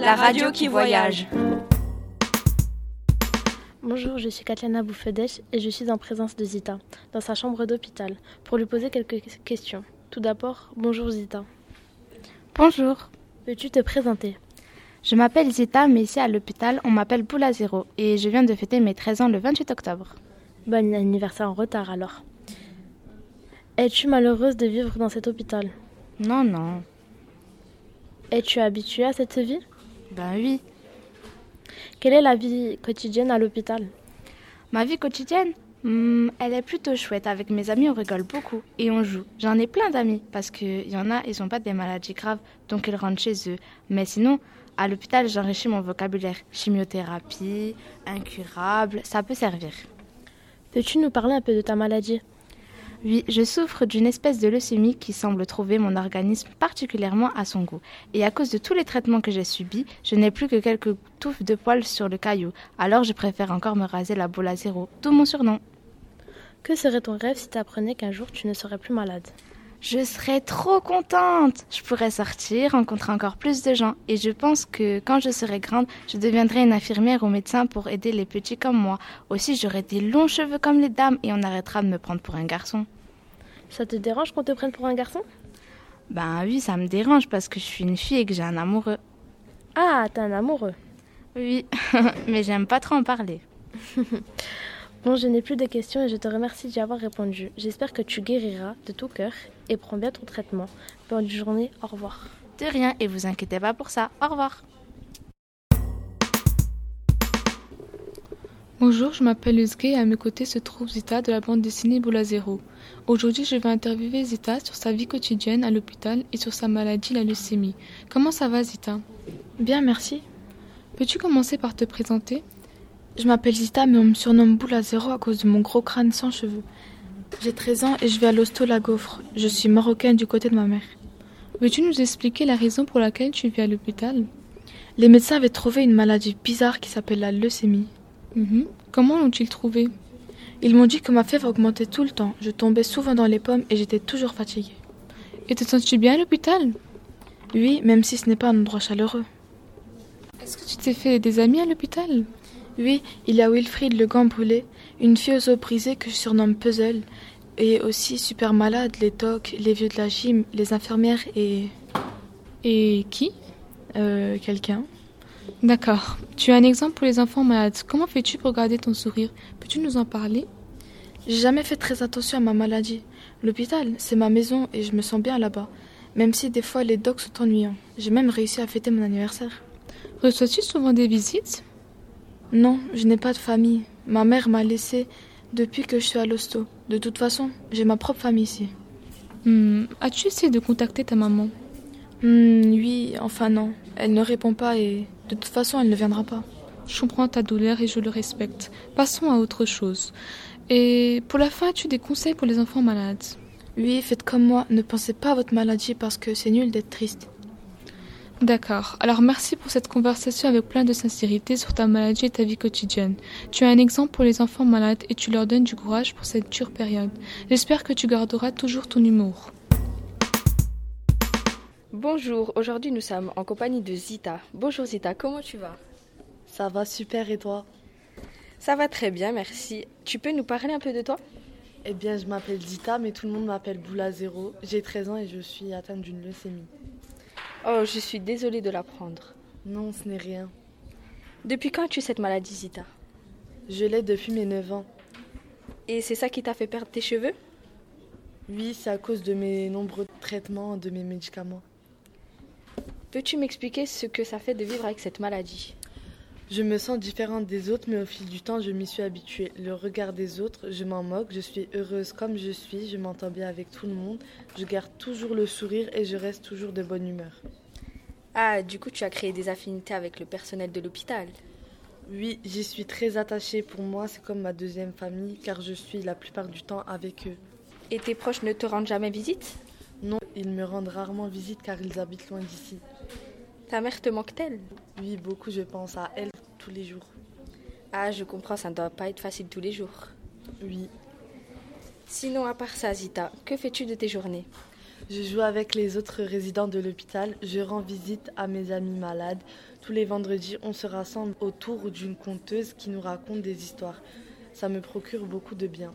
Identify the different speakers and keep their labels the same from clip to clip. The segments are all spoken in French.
Speaker 1: la radio qui voyage.
Speaker 2: Bonjour, je suis Katlana Bouffedech et je suis en présence de Zita, dans sa chambre d'hôpital, pour lui poser quelques questions. Tout d'abord, bonjour Zita.
Speaker 3: Bonjour,
Speaker 2: Peux-tu te présenter
Speaker 3: je m'appelle Zita, mais ici à l'hôpital, on m'appelle Poula Zéro et je viens de fêter mes 13 ans le 28 octobre.
Speaker 2: Bon anniversaire en retard alors. Es-tu malheureuse de vivre dans cet hôpital
Speaker 3: Non, non.
Speaker 2: Es-tu habituée à cette vie
Speaker 3: Ben oui.
Speaker 2: Quelle est la vie quotidienne à l'hôpital
Speaker 3: Ma vie quotidienne Hmm, Elle est plutôt chouette. Avec mes amis, on rigole beaucoup et on joue. J'en ai plein d'amis parce qu'il y en a, ils ont pas des maladies graves, donc ils rentrent chez eux. Mais sinon, à l'hôpital, j'enrichis mon vocabulaire. Chimiothérapie, incurable, ça peut servir.
Speaker 2: Peux-tu nous parler un peu de ta maladie
Speaker 3: Oui, je souffre d'une espèce de leucémie qui semble trouver mon organisme particulièrement à son goût. Et à cause de tous les traitements que j'ai subis, je n'ai plus que quelques touffes de poils sur le caillou. Alors je préfère encore me raser la boule à zéro, d'où mon surnom.
Speaker 2: Que serait ton rêve si tu apprenais qu'un jour tu ne serais plus malade
Speaker 3: Je serais trop contente. Je pourrais sortir, rencontrer encore plus de gens. Et je pense que quand je serai grande, je deviendrai une infirmière ou médecin pour aider les petits comme moi. Aussi, j'aurai des longs cheveux comme les dames et on arrêtera de me prendre pour un garçon.
Speaker 2: Ça te dérange qu'on te prenne pour un garçon
Speaker 3: Ben oui, ça me dérange parce que je suis une fille et que j'ai un amoureux.
Speaker 2: Ah, t'es un amoureux.
Speaker 3: Oui, mais j'aime pas trop en parler.
Speaker 2: Bon, je n'ai plus de questions et je te remercie d'y avoir répondu. J'espère que tu guériras de tout cœur et prends bien ton traitement. Bonne journée, au revoir.
Speaker 3: De rien et vous inquiétez pas pour ça. Au revoir.
Speaker 4: Bonjour, je m'appelle Uzke et à mes côtés se trouve Zita de la bande dessinée Boula Zéro. Aujourd'hui, je vais interviewer Zita sur sa vie quotidienne à l'hôpital et sur sa maladie, la leucémie. Comment ça va, Zita
Speaker 5: Bien, merci.
Speaker 4: Peux-tu commencer par te présenter
Speaker 5: Je m'appelle Zita, mais on me surnomme Boule à zéro à cause de mon gros crâne sans cheveux. J'ai 13 ans et je vais à l'hosto La Gaufre. Je suis marocaine du côté de ma mère.
Speaker 4: Veux-tu nous expliquer la raison pour laquelle tu vis à l'hôpital
Speaker 5: Les médecins avaient trouvé une maladie bizarre qui s'appelle la leucémie.
Speaker 4: Mhm. Comment l'ont-ils trouvé
Speaker 5: Ils m'ont dit que ma fièvre augmentait tout le temps. Je tombais souvent dans les pommes et j'étais toujours fatiguée.
Speaker 4: Et te sens-tu bien à l'hôpital
Speaker 5: Oui, même si ce n'est pas un endroit chaleureux.
Speaker 4: Est-ce que tu t'es fait des amis à l'hôpital
Speaker 5: Oui, il y a Wilfried le gant brûlé, une fille aux os brisés que je surnomme Puzzle, et aussi super malade, les tocs, les vieux de la gym, les infirmières et.
Speaker 4: Et qui
Speaker 5: euh, quelqu'un.
Speaker 4: D'accord. Tu as un exemple pour les enfants malades. Comment fais-tu pour garder ton sourire Peux-tu nous en parler
Speaker 5: J'ai jamais fait très attention à ma maladie. L'hôpital, c'est ma maison et je me sens bien là-bas, même si des fois les docs sont ennuyants. J'ai même réussi à fêter mon anniversaire.
Speaker 4: Reçois-tu souvent des visites
Speaker 5: Non, je n'ai pas de famille. Ma mère m'a laissée depuis que je suis à l'hosto. De toute façon, j'ai ma propre famille ici.
Speaker 4: Hmm, As-tu essayé de contacter ta maman
Speaker 5: Hmm, oui, enfin non. Elle ne répond pas et de toute façon, elle ne viendra pas.
Speaker 4: Je comprends ta douleur et je le respecte. Passons à autre chose. Et pour la fin, as-tu des conseils pour les enfants malades
Speaker 5: Oui, faites comme moi, ne pensez pas à votre maladie parce que c'est nul d'être triste.
Speaker 4: D'accord. Alors merci pour cette conversation avec plein de sincérité sur ta maladie et ta vie quotidienne. Tu as un exemple pour les enfants malades et tu leur donnes du courage pour cette dure période. J'espère que tu garderas toujours ton humour.
Speaker 1: Bonjour, aujourd'hui nous sommes en compagnie de Zita. Bonjour Zita, comment tu vas
Speaker 6: Ça va super et toi
Speaker 1: Ça va très bien, merci. Tu peux nous parler un peu de toi
Speaker 6: Eh bien, je m'appelle Zita, mais tout le monde m'appelle Boula Zéro. J'ai 13 ans et je suis atteinte d'une leucémie.
Speaker 1: Oh, je suis désolée de l'apprendre.
Speaker 6: Non, ce n'est rien.
Speaker 1: Depuis quand as-tu cette maladie Zita
Speaker 6: Je l'ai depuis mes 9 ans.
Speaker 1: Et c'est ça qui t'a fait perdre tes cheveux
Speaker 6: Oui, c'est à cause de mes nombreux traitements, de mes médicaments.
Speaker 1: Peux-tu m'expliquer ce que ça fait de vivre avec cette maladie
Speaker 6: Je me sens différente des autres, mais au fil du temps, je m'y suis habituée. Le regard des autres, je m'en moque, je suis heureuse comme je suis, je m'entends bien avec tout le monde, je garde toujours le sourire et je reste toujours de bonne humeur.
Speaker 1: Ah, du coup tu as créé des affinités avec le personnel de l'hôpital.
Speaker 6: Oui, j'y suis très attachée. Pour moi, c'est comme ma deuxième famille, car je suis la plupart du temps avec eux.
Speaker 1: Et tes proches ne te rendent jamais visite
Speaker 6: Non, ils me rendent rarement visite car ils habitent loin d'ici.
Speaker 1: Ta mère te manque-t-elle
Speaker 6: Oui, beaucoup, je pense à elle tous les jours.
Speaker 1: Ah, je comprends, ça ne doit pas être facile tous les jours.
Speaker 6: Oui,
Speaker 1: Sinon, à part ça, Zita, que fais-tu de tes journées
Speaker 7: Je joue avec les autres résidents de l'hôpital. Je rends visite à mes amis malades. Tous les vendredis, on se rassemble autour d'une conteuse qui nous raconte des histoires. Ça me procure beaucoup de bien.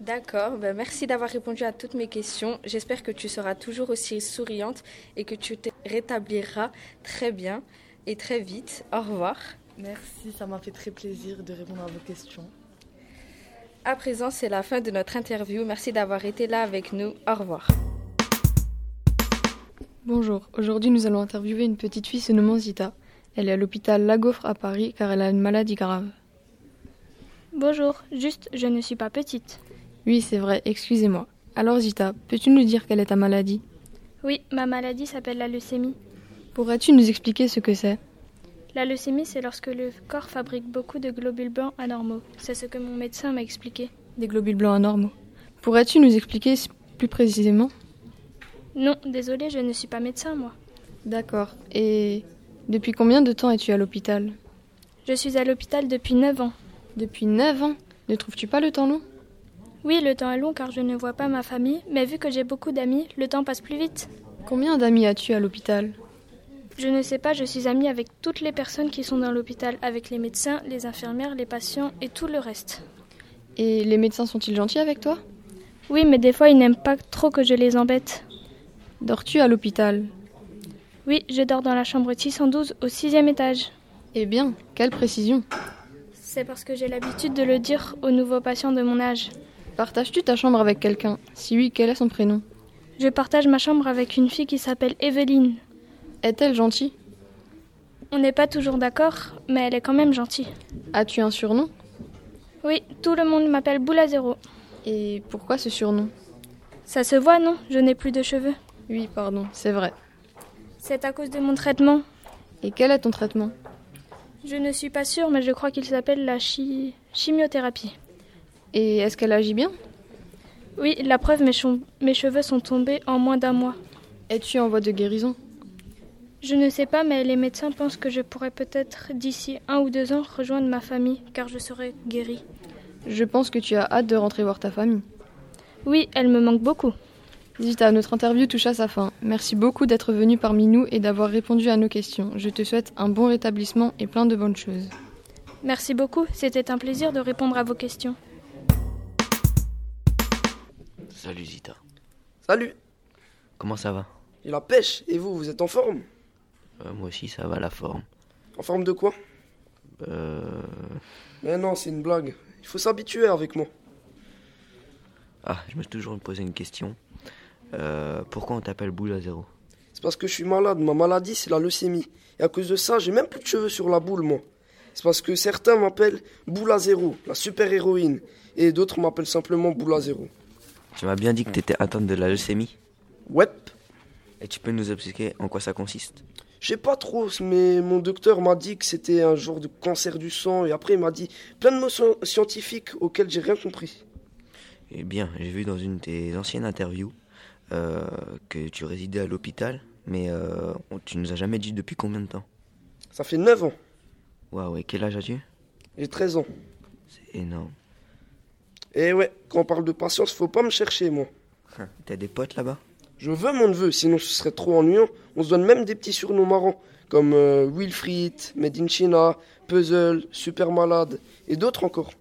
Speaker 1: D'accord, ben merci d'avoir répondu à toutes mes questions. J'espère que tu seras toujours aussi souriante et que tu te rétabliras très bien et très vite. Au revoir.
Speaker 7: Merci, ça m'a fait très plaisir de répondre à vos questions.
Speaker 1: À présent, c'est la fin de notre interview. Merci d'avoir été là avec nous. Au revoir.
Speaker 5: Bonjour, aujourd'hui nous allons interviewer une petite fille se nommant Zita. Elle est à l'hôpital Lagoffre à Paris car elle a une maladie grave.
Speaker 8: Bonjour, juste, je ne suis pas petite.
Speaker 5: Oui, c'est vrai, excusez-moi. Alors Zita, peux-tu nous dire quelle est ta maladie
Speaker 8: Oui, ma maladie s'appelle la leucémie.
Speaker 5: Pourrais-tu nous expliquer ce que c'est
Speaker 8: La leucémie, c'est lorsque le corps fabrique beaucoup de globules blancs anormaux. C'est ce que mon médecin m'a expliqué.
Speaker 5: Des globules blancs anormaux. Pourrais-tu nous expliquer plus précisément
Speaker 8: Non, désolée, je ne suis pas médecin, moi.
Speaker 5: D'accord. Et depuis combien de temps es-tu à l'hôpital
Speaker 8: Je suis à l'hôpital depuis 9 ans.
Speaker 5: Depuis 9 ans Ne trouves-tu pas le temps long
Speaker 8: Oui, le temps est long car je ne vois pas ma famille, mais vu que j'ai beaucoup d'amis, le temps passe plus vite.
Speaker 5: Combien d'amis as-tu à l'hôpital
Speaker 8: Je ne sais pas, je suis amie avec toutes les personnes qui sont dans l'hôpital, avec les médecins, les infirmières, les patients et tout le reste.
Speaker 5: Et les médecins sont-ils gentils avec toi
Speaker 8: Oui, mais des fois, ils n'aiment pas trop que je les embête.
Speaker 5: Dors-tu à l'hôpital
Speaker 8: Oui, je dors dans la chambre 612 au sixième étage.
Speaker 5: Eh bien, quelle précision
Speaker 8: C'est parce que j'ai l'habitude de le dire aux nouveaux patients de mon âge.
Speaker 5: Partages-tu ta chambre avec quelqu'un Si oui, quel est son prénom
Speaker 8: Je partage ma chambre avec une fille qui s'appelle Evelyne.
Speaker 5: Est-elle gentille
Speaker 8: On n'est pas toujours d'accord, mais elle est quand même gentille.
Speaker 5: As-tu un surnom
Speaker 8: Oui, tout le monde m'appelle Boule à zéro.
Speaker 5: Et pourquoi ce surnom
Speaker 8: Ça se voit, non Je n'ai plus de cheveux.
Speaker 5: Oui, pardon, c'est vrai.
Speaker 8: C'est à cause de mon traitement.
Speaker 5: Et quel est ton traitement
Speaker 8: Je ne suis pas sûre, mais je crois qu'il s'appelle la chi- chimiothérapie.
Speaker 5: Et est-ce qu'elle agit bien
Speaker 8: Oui, la preuve, mes, chom- mes cheveux sont tombés en moins d'un mois.
Speaker 5: Es-tu en voie de guérison
Speaker 8: Je ne sais pas, mais les médecins pensent que je pourrais peut-être d'ici un ou deux ans rejoindre ma famille, car je serai guérie.
Speaker 5: Je pense que tu as hâte de rentrer voir ta famille.
Speaker 8: Oui, elle me manque beaucoup.
Speaker 5: Zita, notre interview touche à sa fin. Merci beaucoup d'être venu parmi nous et d'avoir répondu à nos questions. Je te souhaite un bon rétablissement et plein de bonnes choses.
Speaker 8: Merci beaucoup, c'était un plaisir de répondre à vos questions.
Speaker 9: Salut Zita.
Speaker 6: Salut
Speaker 9: Comment ça va
Speaker 6: Il en pêche Et vous, vous êtes en forme
Speaker 9: Euh, Moi aussi ça va la forme.
Speaker 6: En forme de quoi
Speaker 9: Euh...
Speaker 6: Mais non, c'est une blague. Il faut s'habituer avec moi.
Speaker 9: Ah, je me suis toujours posé une question. Euh, pourquoi on t'appelle boule à zéro
Speaker 6: C'est parce que je suis malade. Ma maladie, c'est la leucémie. Et à cause de ça, j'ai même plus de cheveux sur la boule, moi. C'est parce que certains m'appellent Boule à zéro, la super-héroïne. Et d'autres m'appellent simplement Boule à zéro.
Speaker 9: Tu m'as bien dit que t'étais atteinte de la leucémie.
Speaker 6: Ouais.
Speaker 9: Et tu peux nous expliquer en quoi ça consiste
Speaker 6: Je sais pas trop, mais mon docteur m'a dit que c'était un genre de cancer du sang. Et après, il m'a dit plein de mots scien- scientifiques auxquels j'ai rien compris.
Speaker 9: Eh bien, j'ai vu dans une de tes anciennes interviews euh, que tu résidais à l'hôpital, mais euh, on- tu nous as jamais dit depuis combien de temps
Speaker 6: Ça fait 9 ans.
Speaker 9: Waouh, et quel âge as-tu
Speaker 6: J'ai 13 ans.
Speaker 9: C'est énorme.
Speaker 6: Et ouais, quand on parle de patience, faut pas me chercher, moi.
Speaker 9: T'as des potes là-bas
Speaker 6: Je veux mon neveu, sinon ce serait trop ennuyant. On se donne même des petits surnoms marrants, comme euh, Wilfried, Made in China, Puzzle, Super Malade, et d'autres encore.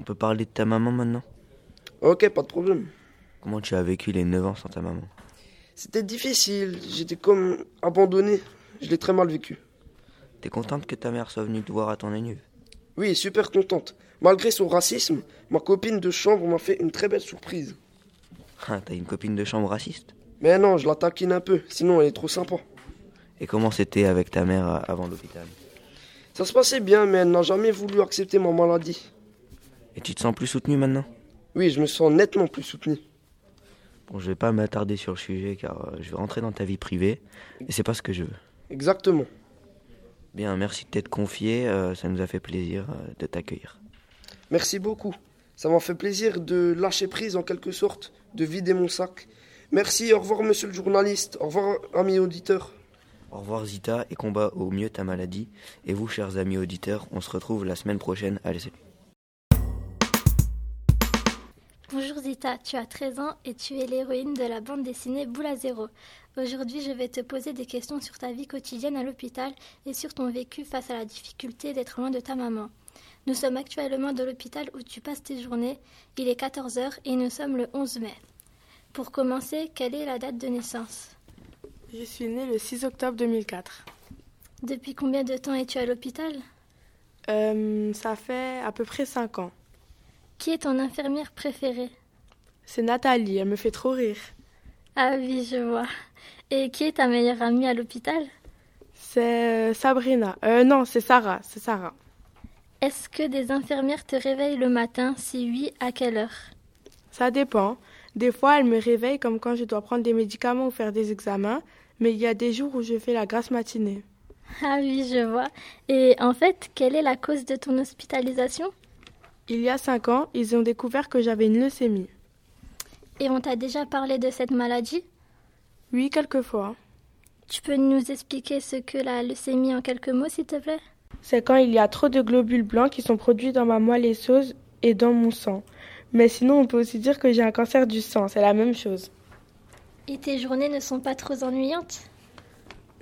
Speaker 9: On peut parler de ta maman maintenant
Speaker 6: Ok, pas de problème.
Speaker 9: Comment tu as vécu les 9 ans sans ta maman
Speaker 6: C'était difficile, j'étais comme abandonné. Je l'ai très mal vécu.
Speaker 9: T'es contente que ta mère soit venue te voir à ton anniv
Speaker 6: Oui, super contente. Malgré son racisme, ma copine de chambre m'a fait une très belle surprise.
Speaker 9: Ah, t'as une copine de chambre raciste
Speaker 6: Mais non, je la taquine un peu, sinon elle est trop sympa.
Speaker 9: Et comment c'était avec ta mère euh, avant l'hôpital
Speaker 6: Ça se passait bien, mais elle n'a jamais voulu accepter ma maladie.
Speaker 9: Et tu te sens plus soutenue maintenant
Speaker 6: Oui, je me sens nettement plus soutenu.
Speaker 9: Bon, je vais pas m'attarder sur le sujet car euh, je vais rentrer dans ta vie privée et c'est pas ce que je veux.
Speaker 6: Exactement.
Speaker 9: Bien, merci de t'être confié, euh, ça nous a fait plaisir euh, de t'accueillir.
Speaker 6: Merci beaucoup. Ça m'a fait plaisir de lâcher prise en quelque sorte, de vider mon sac. Merci, au revoir monsieur le journaliste, au revoir amis auditeurs.
Speaker 9: Au revoir Zita et combat au mieux ta maladie. Et vous, chers amis auditeurs, on se retrouve la semaine prochaine. Allez, salut.
Speaker 10: Bonjour
Speaker 8: Zita, tu as 13 ans et tu es l'héroïne de la bande dessinée Boule à zéro. Aujourd'hui, je vais te poser des questions sur ta vie quotidienne à l'hôpital et sur ton vécu face à la difficulté d'être loin de ta maman. Nous sommes actuellement de l'hôpital où tu passes tes journées. Il est 14h et nous sommes le 11 mai. Pour commencer, quelle est la date de naissance
Speaker 5: Je suis née le 6 octobre 2004.
Speaker 8: Depuis combien de temps es-tu à l'hôpital
Speaker 5: Euh, ça fait à peu près 5 ans.
Speaker 8: Qui est ton infirmière préférée
Speaker 5: C'est Nathalie, elle me fait trop rire.
Speaker 8: Ah oui, je vois. Et qui est ta meilleure amie à l'hôpital
Speaker 5: C'est euh, Sabrina. Euh, non, c'est Sarah, c'est Sarah.
Speaker 8: Est-ce que des infirmières te réveillent le matin Si oui, à quelle heure
Speaker 5: Ça dépend. Des fois, elle me réveille comme quand je dois prendre des médicaments ou faire des examens, mais il y a des jours où je fais la grasse matinée.
Speaker 8: Ah oui, je vois. Et en fait, quelle est la cause de ton hospitalisation
Speaker 5: Il y a cinq ans, ils ont découvert que j'avais une leucémie.
Speaker 8: Et on t'a déjà parlé de cette maladie
Speaker 5: Oui, quelquefois.
Speaker 8: Tu peux nous expliquer ce que la leucémie en quelques mots, s'il te plaît
Speaker 5: C'est quand il y a trop de globules blancs qui sont produits dans ma moelle osseuse et dans mon sang. Mais sinon, on peut aussi dire que j'ai un cancer du sang, c'est la même chose.
Speaker 8: Et tes journées ne sont pas trop ennuyantes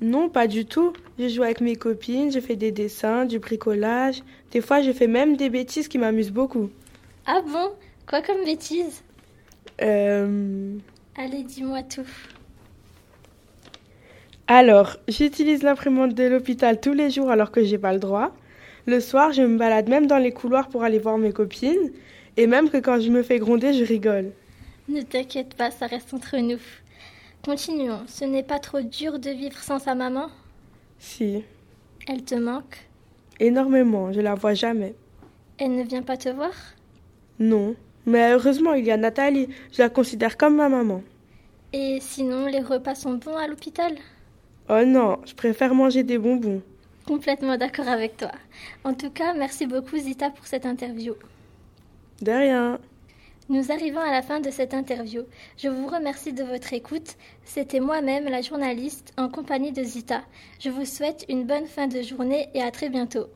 Speaker 5: Non, pas du tout. Je joue avec mes copines, je fais des dessins, du bricolage. Des fois, je fais même des bêtises qui m'amusent beaucoup.
Speaker 8: Ah bon Quoi comme bêtise
Speaker 5: Euh...
Speaker 8: Allez, dis-moi tout.
Speaker 5: Alors, j'utilise l'imprimante de l'hôpital tous les jours alors que j'ai pas le droit. Le soir, je me balade même dans les couloirs pour aller voir mes copines. Et même que quand je me fais gronder, je rigole.
Speaker 8: Ne t'inquiète pas, ça reste entre nous. Continuons. Ce n'est pas trop dur de vivre sans sa maman
Speaker 5: Si,
Speaker 8: Elle te manque
Speaker 5: énormément, je la vois jamais.
Speaker 8: Elle ne vient pas te voir
Speaker 5: Non. Mais heureusement, il y a Nathalie, je la considère comme ma maman.
Speaker 8: Et sinon, les repas sont bons à l'hôpital
Speaker 5: Oh non, je préfère manger des bonbons.
Speaker 8: Complètement d'accord avec toi. En tout cas, merci beaucoup Zita pour cette interview.
Speaker 5: De rien.
Speaker 8: Nous arrivons à la fin de cette interview. Je vous remercie de votre écoute. C'était moi-même, la journaliste, en compagnie de Zita. Je vous souhaite une bonne fin de journée et à très bientôt.